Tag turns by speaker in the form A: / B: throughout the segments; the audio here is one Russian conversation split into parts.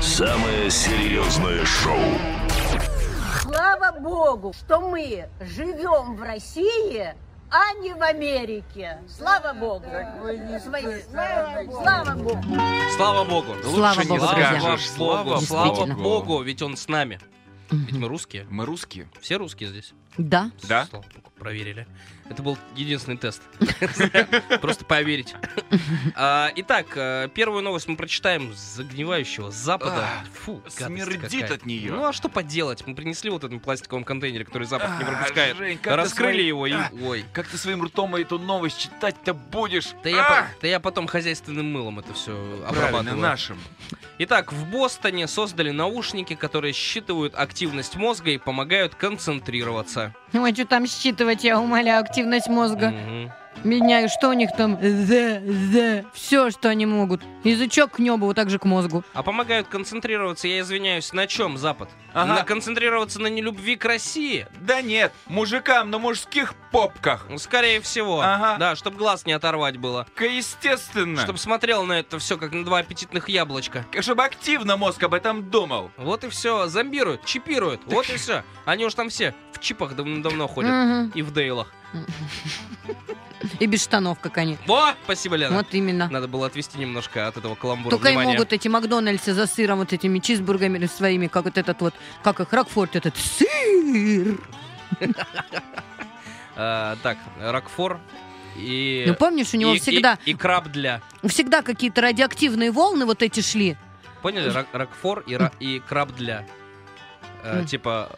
A: Самое серьезное шоу.
B: Слава Богу, что мы живем в России, а не в Америке. Слава Богу. Свои- Слава Богу.
C: Слава богу.
D: Слава
E: Лучше не
D: богу,
C: Слава
D: друзья.
E: скажешь.
C: богу, слава
D: Действительно.
C: богу, ведь он с нами. Ведь мы русские.
E: Мы русские.
C: Все русские здесь.
D: Да.
E: Да?
C: Слава богу, проверили. Это был единственный тест. Просто поверить. А, Итак, э, первую новость мы прочитаем с загнивающего запада.
E: Ах,
C: Фу, гадость
E: смердит
C: какая.
E: от неё.
C: Ну а что поделать? Мы принесли вот этом пластиковом контейнере, который запах не
E: А,
C: пропускает.
E: Жень, как ты
C: Раскрыли
E: свои-
C: его и...
E: А.
C: Ой.
E: Как ты своим ртом эту новость читать-то будешь?
C: Да я,
E: А!
C: по- да я потом хозяйственным мылом это все
E: Правильно,
C: обрабатываю.
E: нашим.
C: Итак, в Бостоне создали наушники, которые считывают активность мозга и помогают концентрироваться.
D: Ну а что там считывать, я умоляю, активность мозга.
C: Мгм.
D: Меняю, что у них там? Зе, зе. Все, что они могут. Язычок к небу, вот так же к мозгу.
C: А помогают концентрироваться, я извиняюсь, на чем Запад?
E: Ага.
C: На концентрироваться на нелюбви к России?
E: Да нет, мужикам на мужских попках.
C: Ну, Скорее всего.
E: Ага.
C: Да, чтобы глаз не оторвать было.
E: К- Естественно.
C: Чтобы смотрел на это все как на два аппетитных яблочка.
E: К- Чтобы активно мозг об этом думал.
C: Вот и все, зомбируют, чипируют, вот и все. Они уж там все в чипах давно-давно ходят.
D: Мгм.
C: И в дейлах.
D: И без штанов, как они.
C: Во! Спасибо, Лена.
D: Вот именно.
C: Надо было отвести немножко от этого каламбура
D: Только и
C: внимания.
D: могут эти Макдональдсы за сыром, вот этими чизбургами своими, как вот этот вот, как их, Рокфорд этот сыр.
C: А, так, Рокфор и...
D: Ну помнишь, у него
C: Э, и-
D: всегда,
C: И, и краб для...
D: всегда какие-то радиоактивные волны вот эти шли.
C: Поняли? Рок- Рокфор и, ра- и краб для... Э,
D: М.
C: типа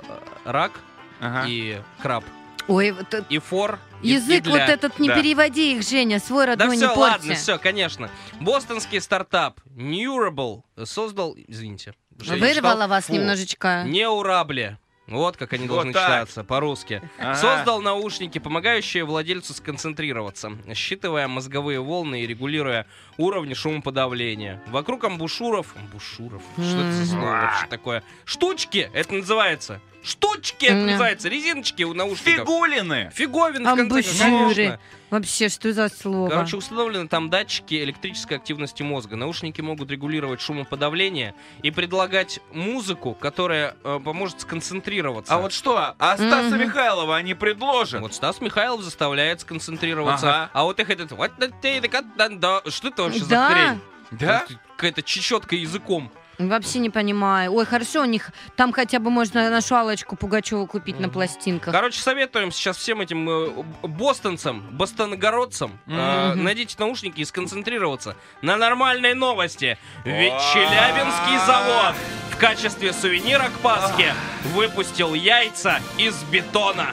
C: э, рак
E: Ага.
C: и краб.
D: Ой, вот это-
C: И фор. и- и
D: язык
C: для.
D: вот этот не
E: Да.
D: переводи их, Женя, свой
C: Да
D: родной
C: все,
D: не порти.
C: ладно, все, конечно. Бостонский стартап Neurable создал... Извините. что я
D: Вырвала
C: читал.
D: вас
C: Фу.
D: немножечко.
C: Неурабли. Вот как они
E: Вот
C: должны
E: так.
C: читаться по-русски.
E: Ага.
C: Создал наушники, помогающие владельцу сконцентрироваться, считывая мозговые волны и регулируя уровни шумоподавления. Вокруг амбушуров... Амбушуров? Что это за слово вообще такое? Штучки это называется. Штучки это
D: Мгм.
C: называется. Резиночки у наушников.
E: Фигулины.
C: Фиговин, в конце концов,
D: Амбушюры.
C: конечно.
D: Вообще, что за слово?
C: Короче, установлены там датчики электрической активности мозга. Наушники могут регулировать шумоподавление и предлагать музыку, которая э, поможет сконцентрироваться.
E: А вот что, а Стаса
D: Мгм.
E: Михайлова они предложат?
C: Вот Стас Михайлов заставляет сконцентрироваться,
E: Ага.
C: а вот их этот... «Вот на те, так, а, да, да». Что это вообще за
D: Да.
C: хрень?
E: Да?
C: Вот Какая-то чечетка языком.
D: Вообще не понимаю. Ой, хорошо, у них там хотя бы можно нашу Аллочку Пугачеву купить на
C: Мгм.
D: пластинках.
C: Короче, советуем сейчас всем этим э, б- бостонцам, бостоногородцам э,
D: Мгм.
C: надеть наушники и сконцентрироваться на нормальной новости. Ведь Челябинский завод в качестве сувенира к Пасхе выпустил яйца из бетона.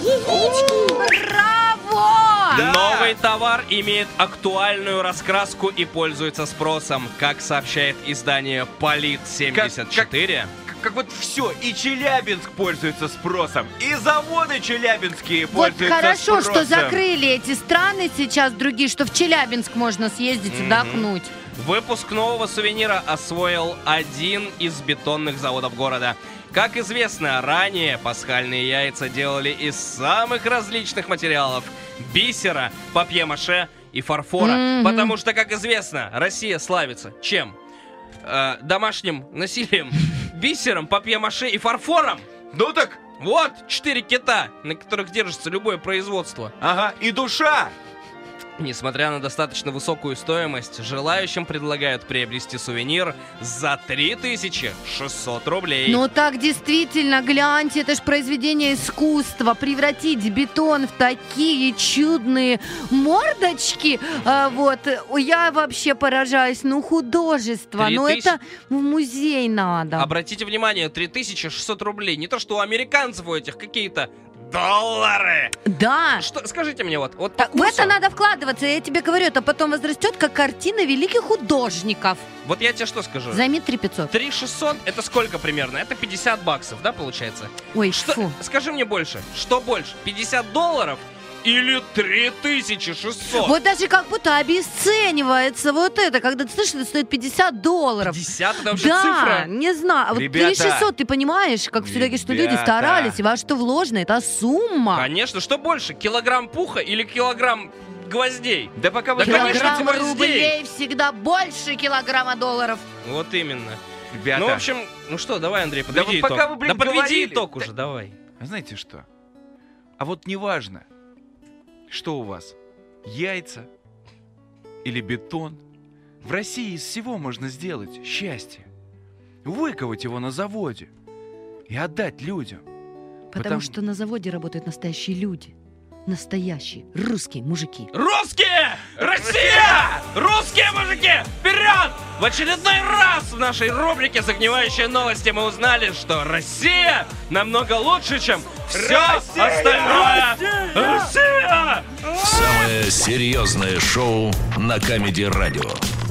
D: Браво!
E: Да.
C: Новый товар имеет актуальную раскраску и пользуется спросом, как сообщает издание Полит-74.
E: Как, как вот все, и Челябинск пользуется спросом, и заводы челябинские
D: Вот
E: пользуются
D: хорошо, что
E: спросом.
D: закрыли эти страны сейчас другие, что в Челябинск можно съездить
C: Мгм.
D: отдохнуть.
C: Выпуск нового сувенира освоил один из бетонных заводов города. Как известно, ранее пасхальные яйца делали из самых различных материалов. Бисера, папье-маше и фарфора.
D: Мгм.
C: Потому что, как известно, Россия славится чем? Э, домашним насилием, бисером, папье-маше и фарфором.
E: Ну так,
C: Вот четыре кита, на которых держится любое производство.
E: ага, и душа.
C: Несмотря на достаточно высокую стоимость, желающим предлагают приобрести сувенир за 3600 рублей.
D: Ну так действительно, гляньте, это же произведение искусства. Превратить бетон в такие чудные мордочки. А, вот, Ой, я вообще поражаюсь. Ну художество,
C: Три
D: ну
C: тысяч- А
D: это в музей надо.
C: Обратите внимание, 3600 рублей. Не то, что у американцев у этих какие-то доллары.
D: Да.
C: Что, скажите мне, вот, вот по
D: Так, в это
C: курсу.
D: надо вкладываться, я тебе говорю, это потом возрастет как картина великих художников.
C: Вот я тебе что скажу?
D: Займи 3500.
C: 3600 это сколько примерно? Это 50 баксов, да, получается?
D: Ой,
C: Что,
D: фу.
C: скажи мне больше, что больше, 50 долларов или 3600?
D: Вот даже как будто обесценивается вот это, когда ты слышишь, это стоит 50 долларов.
C: 50 это вообще
D: Да,
C: цифра.
D: не знаю. А вот
E: Ребята.
D: 3600, ты понимаешь, как все-таки, что люди
E: Ребята.
D: старались, и во что вложена эта сумма.
C: Конечно, что больше, килограмм пуха или килограмм гвоздей?
E: Да пока
C: Да,
E: вы
C: конечно, типа
D: Килограмма
C: тем
D: рублей всегда больше килограмма долларов.
C: Вот именно.
E: Ребята,
C: Ну, в общем, ну что, давай, Андрей,
E: Да
C: подведи
E: вот
C: итог.
E: пока вы, блин,
C: да подведи
E: говорили.
C: итог
E: Да-
C: уже, давай.
E: а знаете что? А вот неважно, что у вас, яйца или бетон, в России из всего можно сделать счастье. Выковать его на заводе и отдать людям.
D: Потому
E: Потому-
D: что на заводе работают настоящие люди. Настоящие русские мужики.
C: Русские! Россия! Русские мужики! Вперед! В очередной раз в нашей рубрике «Загнивающие новости» мы узнали, что Россия намного лучше, чем все остальное. Россия!
A: Самое серьезное шоу на Камеди Радио.